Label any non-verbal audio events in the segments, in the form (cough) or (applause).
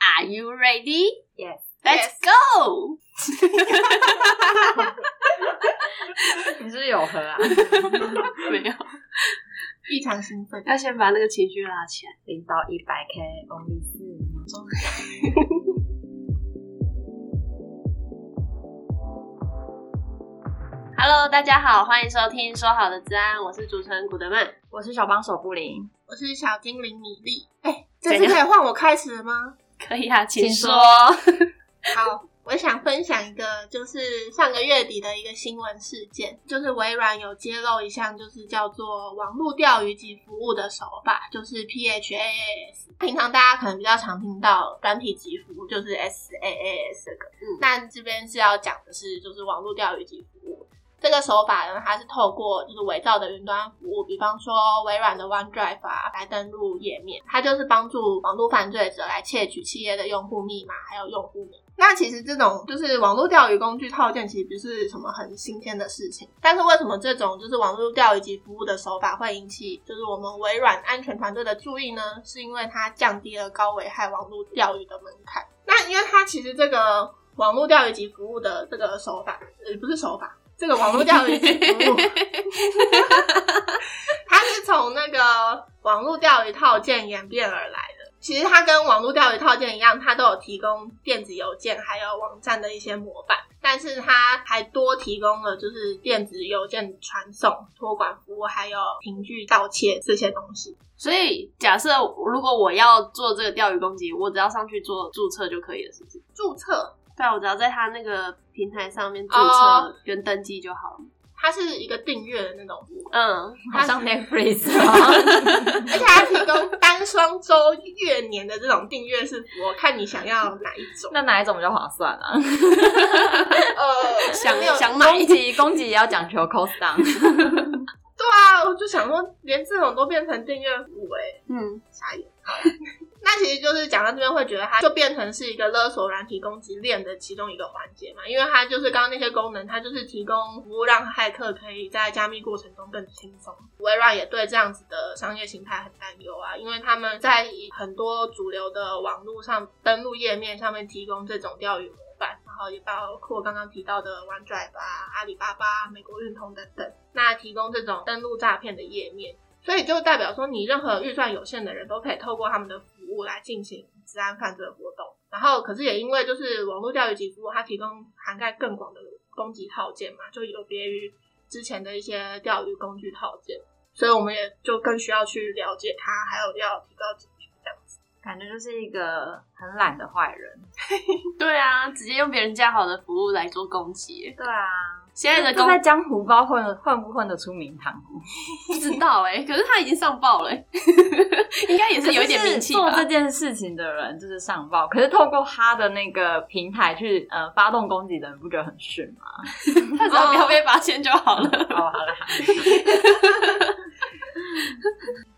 Are you ready? Yes. Let's (laughs) go. 你是有喝 (laughs) 啊？没有，异常兴奋。要先把那个情绪拉起来。零到一百 K only 四秒钟。 Hello，大家好，欢迎收听《说好的治安》，我是主持人古德曼。我是小帮手布林，我是小精灵米粒。哎、这怎次样可以换我开始了吗？可以啊，请说说。好，我想分享一个，就是上个月底的一个新闻事件，就是微软有揭露一项，就是叫做网络钓鱼及服务的手法，就是 PHAAS。平常大家可能比较常听到软体及服务，就是 SaaS 这个，但这边是要讲的是，就是网络钓鱼及服务。这个手法呢，它是透过就是伪造的云端服务，比方说微软的 OneDrive 啊，来登录页面，它就是帮助网络犯罪者来窃取企业的用户密码还有用户名。那其实这种就是网络钓鱼工具套件，其实不是什么很新鲜的事情。但是为什么这种就是网络钓鱼及服务的手法会引起就是我们微软安全团队的注意呢？是因为它降低了高危害网络钓鱼的门槛。那因为它其实这个网络钓鱼及服务的这个手法，呃，不是手法，这个网络钓 (laughs) 鱼及服务，它是从那个网络钓鱼套件演变而来的。其实它跟网络钓鱼套件一样，它都有提供电子邮件还有网站的一些模板，但是它还多提供了就是电子邮件传送、托管服务，还有凭据盗窃这些东西。所以，假设如果我要做这个钓鱼攻击，我只要上去做注册就可以了，是不是？注册对啊，我只要在他那个平台上面注哦册跟登记就好了。它是一个订阅的那种服务，嗯， (laughs) 好像 Netflix (laughs) 哦。而且它提供单双周、月年的这种订阅式服务，看你想要哪一种。那哪一种比较划算啊？呃，想没有想买攻击攻击也要讲求 cost down，对啊，我就想说，连这种都变成订阅服务、欸，嗯，傻眼。那其实就是讲到这边，会觉得它就变成是一个勒索软体攻击链的其中一个环节嘛，因为它就是刚刚那些功能，它就是提供服务让骇客可以在加密过程中更轻松。微软也对这样子的商业形态很担忧啊，因为他们在很多主流的网络上登录页面上面提供这种钓鱼模板，然后也包括刚刚提到的 OneDrive 啊、阿里巴巴、美国运通等等，那提供这种登录诈骗的页面。所以就代表说，你任何预算有限的人都可以透过他们的服务来进行治安犯罪活动。然后，可是也因为就是网络钓鱼及服务，它提供涵盖更广的攻击套件嘛，就有别于之前的一些钓鱼工具套件，所以我们也就更需要去了解它，还有要提高警觉这样子。 (laughs) 感觉就是一个很懒的坏人。对啊，直接用别人家好的服务来做攻击。对啊，现在的就攻在江湖包混混不混得出名堂，不知道哎、可是他已经上报了、欸， (laughs) 应该也是有一点名气可是吧做这？件事情的人就是上报，可是透过他的那个平台去呃发动攻击的人，不觉得很逊吗？他只要不要被发现就好了。哦，好了，好了 (laughs)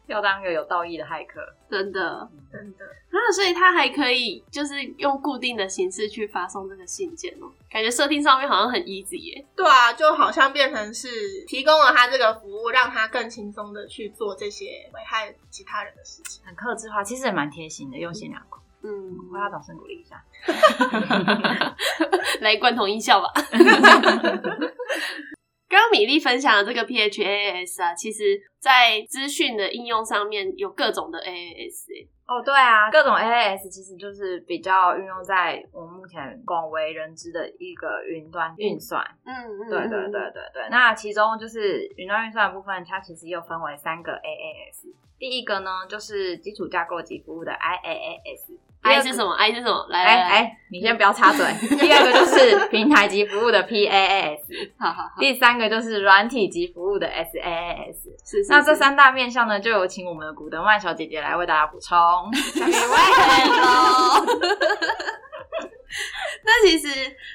要当个有道义的骇客，真的真的，啊，所以他还可以就是用固定的形式去发送这个信件哦、感觉设定上面好像很 easy 耶、对啊，就好像变成是提供了他这个服务，让他更轻松的去做这些危害其他人的事情。很克制化，其实也蛮贴心的，用心良苦，嗯，我要掌声鼓励一下。来一罐头音效 (laughs) 吧。刚刚米粒分享的这个 PHAS 啊，其实在资讯的应用上面有各种的 AAS，、欸、哦，对啊，各种 AAS 其实就是比较运用在我们目前广为人知的一个云端运算。嗯嗯，对对对对对，那其中就是云端运算的部分，它其实又分为三个 AAS。第一个呢，就是基础架构及服务的 IaaS。 ，I 是什么？I 是什么？来哎来来，哎，你先不要插 (laughs) 嘴。第二个就是平台及服务的 PaaS， (laughs) 好好好，第三个就是软体及服务的 SaaS。是是那这是三大面向呢，就有请我们的古德曼小姐姐来为大家补充。 (laughs) 那其实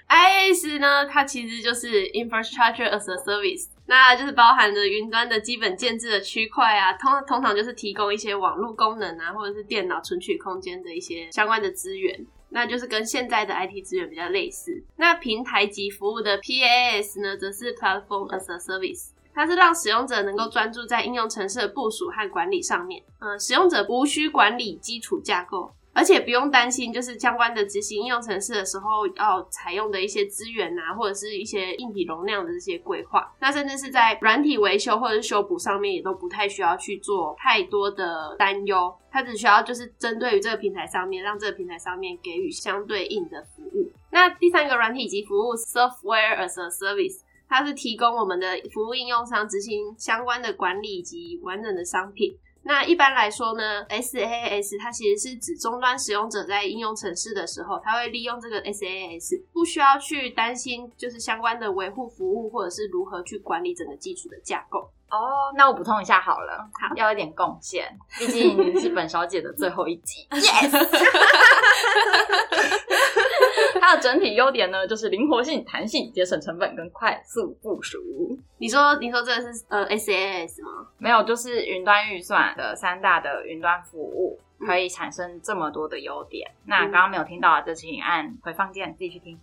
IaaS 呢，它其实就是 Infrastructure as a Service，那就是包含着云端的基本建制的区块啊，通通常就是提供一些网络功能啊，或者是电脑存取空间的一些相关的资源。那就是跟现在的 IT 资源比较类似。那平台级服务的 PaaS 呢，则是 Platform as a Service，它是让使用者能够专呃注在应用程式的部署和管理上面。嗯、使用者无需管理基础架构，而而且不用担心，就是相关的执行应用程式的时候要采用的一些资源啊，或者是一些硬体容量的这些规划。那甚至是在软体维修或者是修补上面，也都不太需要去做太多的担忧。它只需要就是针对于这个平台上面，让这个平台上面给予相对应的服务。那第三个软体及服务 （Software as a Service）。它是提供我们的服务应用商执行相关的管理以及完整的商品。那一般来说呢，SaaS 它其实是指终端使用者在应用程式的时候，它会利用这个 SaaS，不需要去担心就是相关的维护服务或者是如何去管理整个基础的架构。 (laughs) 哦，那我补充一下好了，好要有点贡献，毕竟是本小姐的最后一集。yes，它的整体优点呢，就是灵活性、弹性、节省成本跟快速部署。你说，你说这个是呃 SaaS 吗？没有，就是云端预算的三大的云端服务。可以产生这么多的优点，那刚刚没有听到的，就请按回放键自己去听。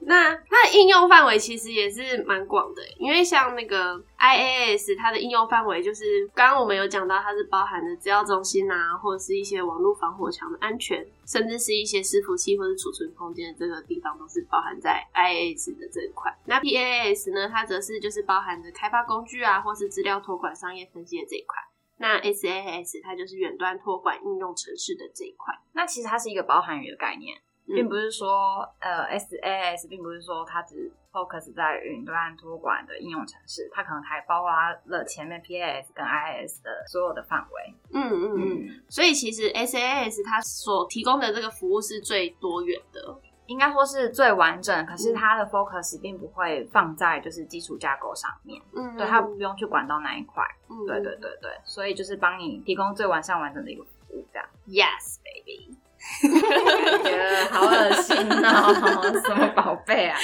那它的应用范围其实也是蛮广的，因为像那个 IaaS，它的应用范围就是刚刚我们有讲到，它是包含了资料中心啊，或者是一些网络防火墙的安全，甚至是一些伺服器或者储存空间的这个地方，都是包含在 IaaS 的这一块。那 PaaS 呢，它则是就是包含着开发工具啊，或是资料托管、商业分析的这一块。那 SaaS 它就是远端托管应用程式的这一块。那其实它是一个包含语的概念，嗯并不是说呃 SaaS 并不是说它只 focus 在云端托管的应用程式，它可能还包括了前面 PaaS 跟 IaaS 的所有的范围。嗯嗯嗯。嗯，所以其实 SaaS 它所提供的这个服务是最多元的。应该说是最完整，可是它的 focus 并不会放在就是基础架构上面，嗯对，它不用去管到那一块。嗯对对对对，所以就是帮你提供最完善完整的一个服务，这样。 ，Yes baby。 (laughs) 觉得好恶心哦， (laughs) 什么宝贝啊？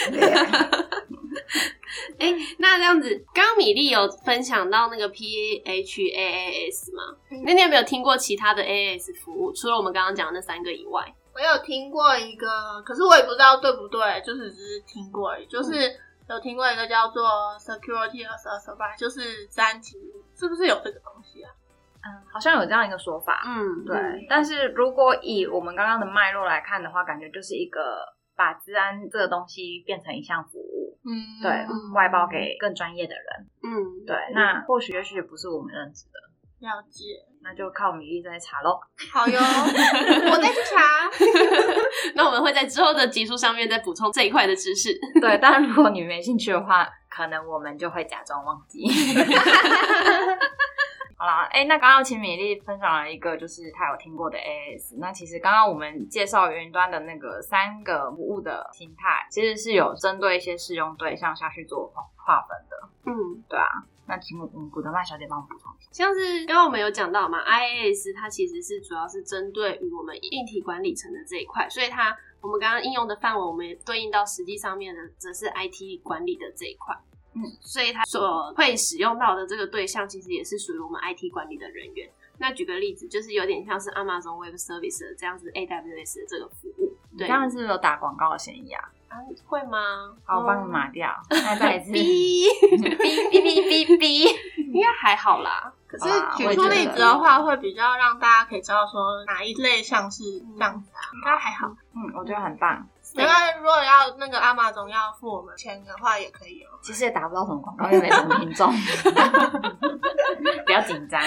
哎、那这样子，刚刚米粒有分享到那个 PHAAS 吗？那你有没有听过其他的 AAS 服务？除了我们刚刚讲的那三个以外，我有听过一个，可是我也不知道对不对，就是只是听过而已，就是有听过一个叫做 Security as a Service，就是治安服务，是不是有这个东西啊？嗯，好像有这样一个说法。嗯，对，嗯但是如果以我们刚刚的脉络来看的话，感觉就是一个把治安这个东西变成一项服务，嗯对，外包给更专业的人。嗯，对，那或许也许不是我们认知的，了解，那就靠米粒在查喽。好 (laughs) 哟，我再去查。啊 (laughs) 那我们会在之后的集数上面再补充这一块的知识。对，但如果你没兴趣的话，可能我们就会假装忘记。 (laughs) 好啦，哎、那刚刚请米粒分享了一个，就是她有听过的 AS。那其实刚刚我们介绍云端的那个三个服务的形态，其实是有针对一些适用对象下去做划划分的。嗯，那请我嗯们古德曼小姐帮我们补充一下。像是刚刚我们有讲到嘛，IaaS 它其实是主要是针对于我们硬体管理层的这一块，所以它我们刚刚应用的范围，我们也对应到实际上面的则是 IT 管理的这一块。嗯，所以它所会使用到的这个对象，其实也是属于我们 IT 管理的人员。那举个例子，就是有点像是 Amazon Web Service 的这样子 AWS 的这个服务，你对这样是不是有打广告的嫌疑啊？啊，会吗？ (laughs) 好，我帮你码掉。那 (laughs) 再一次，哔哔，哔哔哔 (laughs) 哔。应该还好啦。可好啦是举我也出觉例得子的话，会比较让大家可以知道说哪一类像是这样子啊，应该还好。嗯，我觉得很棒。没关系，如果要那个阿玛总要付我们钱的话，也可以哦。其实也打不到什么广告，又没什么 (laughs) 听众，不要紧张，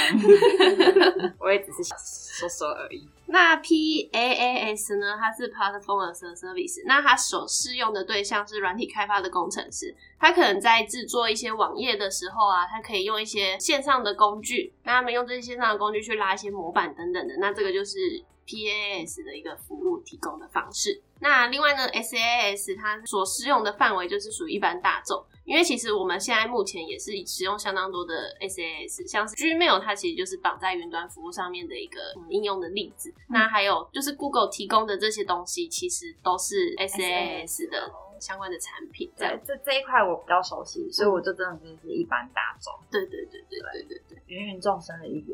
我也只是想说说而已。那 PaaS 呢？它是 Platform as a Service，那它所适用的对象是软体开发的工程师。他可能在制作一些网页的时候啊，他可以用一些线上的工具，那他们用这些线上的工具去拉一些模板等等的。那这个就是 PaaS 的一个服务提供的方式。那另外呢，SaaS 它所适用的范围就是属于一般大众，因为其实我们现在目前也是使用相当多的 SaaS，像是 Gmail 它其实就是绑在云端服务上面的一个、嗯应用的例子。那还有就是 Google 提供的这些东西，其实都是 SaaS 的相关的产品。这样对，这这一块我比较熟悉，所以我就真的就是一般大众，对对对对对对对芸芸众生的一 (laughs)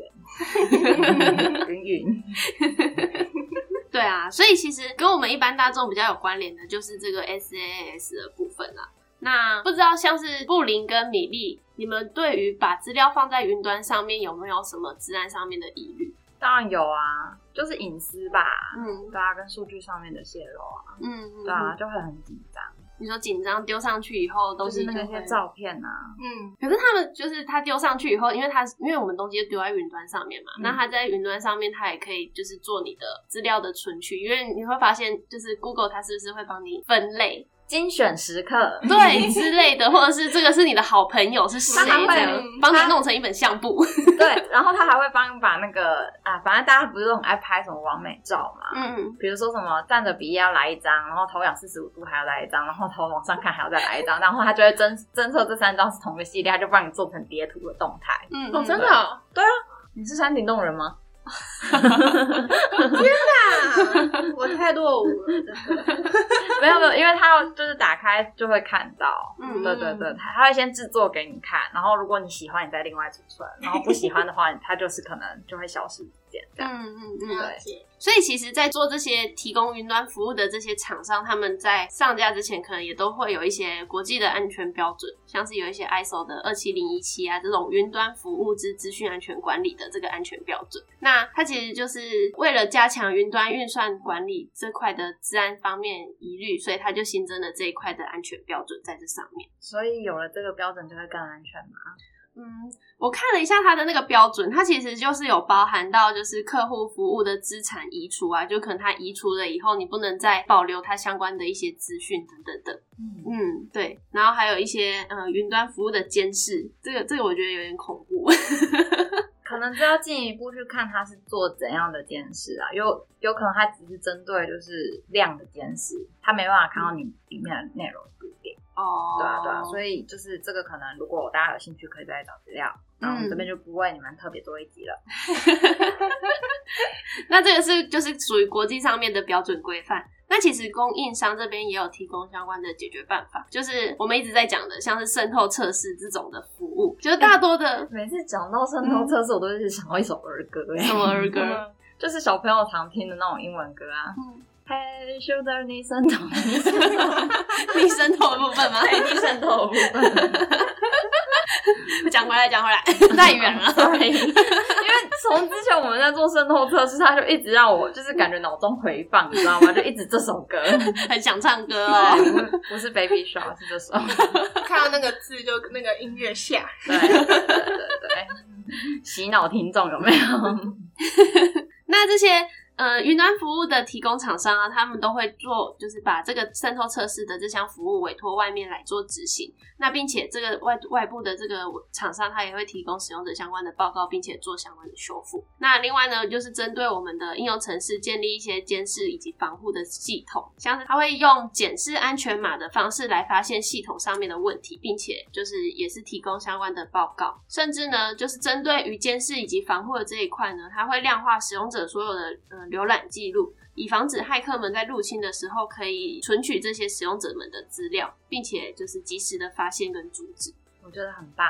员，芸芸。对啊！所以其实跟我们一般大众比较有关联的，就是这个 SaaS 的部分啦。那不知道像是布林跟米粒，你们对于把资料放在云端上面有没有什么治安上面的疑虑？当然有啊，就是隐私吧，嗯对啊，跟数据上面的泄露啊，嗯，对啊，就会很紧张，你说紧张丢上去以后都东是西那就些会照片啊，嗯，可是他们就是他丢上去以后，因为他因为我们东西就丢在云端上面嘛，嗯那他在云端上面，他也可以就是做你的资料的存取，因为你会发现就是 Google 它是不是会帮你分类，精选时刻， (laughs) 对之类的，或者是这个是你的好朋友是谁，它还会这样帮你弄成一本相簿。 (laughs) 对，然后他还会帮你把那个啊，反正大家不是都很爱拍什么完美照嘛，嗯，比如说什么站着比耶要来一张，然后头仰四十五度还要来一张，然后头往上看还要再来一张，然后他就会侦侦测这三张是同一个系列，他就帮你做成叠图的动态。嗯哦，真的、嗯哦， (laughs) 你是山顶洞人吗？ (laughs) 那我太落伍了，真的。没有没有，因为他要就是打开就会看到。嗯对对对，他他会先制作给你看，然后如果你喜欢，你再另外储存；然后不喜欢的话，他就是可能就会消失不见这样。嗯嗯嗯，了解，所以其实，在做这些提供云端服务的这些厂商，他们在上架之前，可能也都会有一些国际的安全标准，像是有一些 ISO 的二七零一七啊这种云端服务之资讯安全管理的这个安全标准。那它其实就是为了加强云端运算管理这块的治安方面疑虑，所以它就新增了这一块的安全标准在这上面。所以有了这个标准就会更安全嘛。嗯，我看了一下它的那个标准，它其实就是有包含到就是客户服务的资产移除啊，就可能它移除了以后，你不能再保留它相关的一些资讯等等等。嗯，嗯，对，然后还有一些呃云端服务的监视，这个这个我觉得有点恐怖。 (laughs) 可能就要进一步去看他是做怎样的监视啊，有有可能他只是针对就是量的监视，他没办法看到你里面的内容固定。哦对啊对啊，所以就是这个可能如果大家有兴趣，可以再找资料。然后我们这边就不为你们特别做一集了。那这个是就是属于国际上面的标准规范。那其实供应商这边也有提供相关的解决办法，就是我们一直在讲的，像是渗透测试这种的服务，就是大多的 (laughs) 每次讲到渗透测试，我都是想到一首儿歌、欸，什么儿歌。 (laughs) 就是小朋友常听的那种英文歌啊。嗯 Hey shoulder，你渗透，你渗透，你渗透的部分吗？你渗透的部 (laughs) 分。讲回来，讲 (laughs) 回来，太远 (laughs) 了。 Sorry，因为从之前我们在做渗透测试，他就一直让我就是感觉脑中回放，你知道吗？就一直这首 (laughs) 歌。很想唱歌哦。对，不是 Baby Shark，是这首。看到那个字就那个音乐下， (laughs) 对对对对，洗脑听众有没有？那这些呃云端服务的提供厂商啊，他们都会做，就是把这个渗透测试的这项服务委托外面来做执行。那并且这个外外部的这个厂商，他也会提供使用者相关的报告，并且做相关的修复。那另外呢，就是针对我们的应用程式建立一些监视以及防护的系统，像是它会用检视安全码的方式来发现系统上面的问题，并且就是也是提供相关的报告，甚至呢，就是针对于监视以及防护的这一块呢，它会量化使用者所有的呃浏览记录，以防止骇客们在入侵的时候可以存取这些使用者们的资料，并且就是及时的发现跟阻止。 (laughs) 我觉得很棒。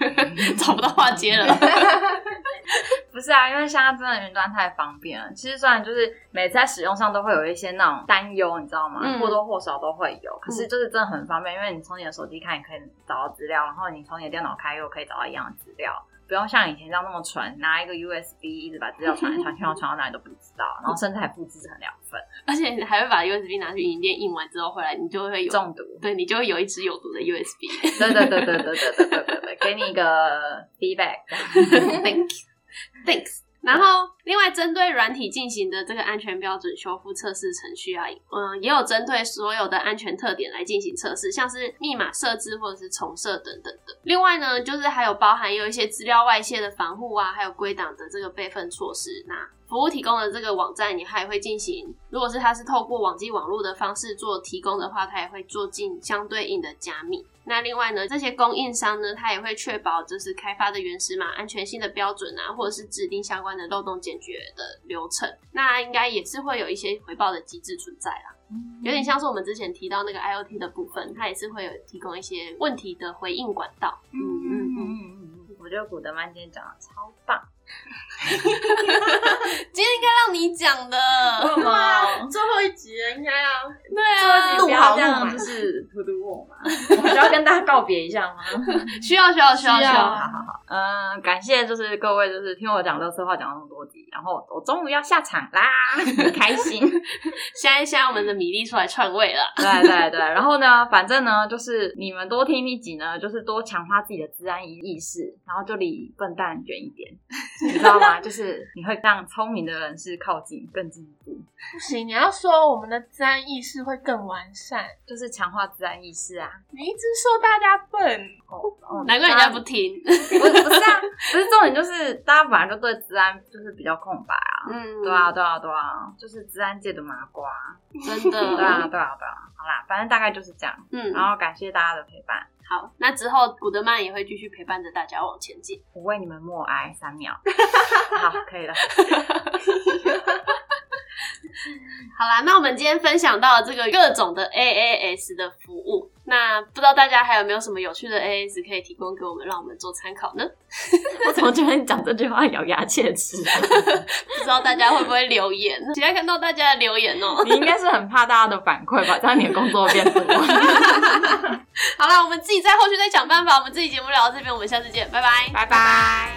(laughs) 找不到话接了，不是啊，因为现在真的云端太方便了。其实虽然就是每次在使用上都会有一些那种担忧，你知道吗？嗯或多或少都会有。可是就是真的很方便，因为你从你的手机看，也可以找到资料，然后你从你的电脑开又可以找到一样的资料。不用像以前这样那么传，拿一个 USB 一直把资料传来传去，然后传到哪里都不知道，然后甚至还复制成两份， (laughs) 而且你还会把 USB 拿去银店印完之后回来，你就会有，中毒。对你就会有一支有毒的 USB。对对对对对对对对对对，给你一个 feedback。 (laughs) Thank you. Thanks。然后，另外针对软体进行的这个安全标准修复测试程序啊，嗯，也有针对所有的安全特点来进行测试，像是密码设置或者是重设等等的。另外呢，就是还有包含有一些资料外泄的防护啊，还有归档的这个备份措施。那服务提供的这个网站，你还会进行，如果是它是透过网际网络的方式做提供的话，它也会做进相对应的加密。那另外呢，这些供应商呢，它也会确保就是开发的原始码安全性的标准啊，或者是制定相关的漏洞解决的流程。那应该也是会有一些回报的机制存在啦，有点像是我们之前提到那个 IoT 的部分，它也是会有提供一些问题的回应管道。嗯嗯嗯。嗯嗯，我觉得古德曼今天讲的超棒。今天应该让你讲的，哇，最后一集了应该要对啊，各位请不路要好这路样，就满。是荼毒我 (laughs) 嘛。我需要跟大家告别一 (laughs) 下吗？需要需要 (laughs) 需要需需要要，嗯、感谢就是各位就是听我讲乐色话讲了那么多集，然后我终于要下场 (laughs) 啦，很开心。 (laughs) 现在现在我们的米粒出来串位了，对对对，然后呢，反正呢，就是你们多听一集呢，就是多强化自己的治安意意识，然后就离笨蛋远一点， (laughs) 你知道吗？就是你会让聪明的人是靠近更进一步，不行，你要说我们的治安意识会更完善。就是强化治安意识啊。你一直说大家笨，哦哦难怪人家不听。 (laughs) 不是不是啊，不是重点就是大家本来就对治安就是比较空白啊。嗯，对啊，对啊，对啊，就是治安界的麻瓜。真的，对啊，对啊，对啊。好啦，反正大概就是这样。嗯，然后感谢大家的陪伴，好，那之后古德曼也会继续陪伴着大家往前进。我为你们默哀三秒。 (laughs) 好，可以了。好啦，那我们今天分享到这个各种的 AAS 的服务，那不知道大家还有没有什么有趣的 AAS 可以提供给我们，让我们做参考呢？我怎么觉得你讲这句话咬牙切齿、不知道大家会不会留言？ (laughs) 期待看到大家的留言哦、你应该是很怕大家的反馈吧？这样你的工作变多。好啦，我们自己在后续再想办法。我们这期节目聊到这边，我们下次见，拜拜。 (laughs) 拜拜。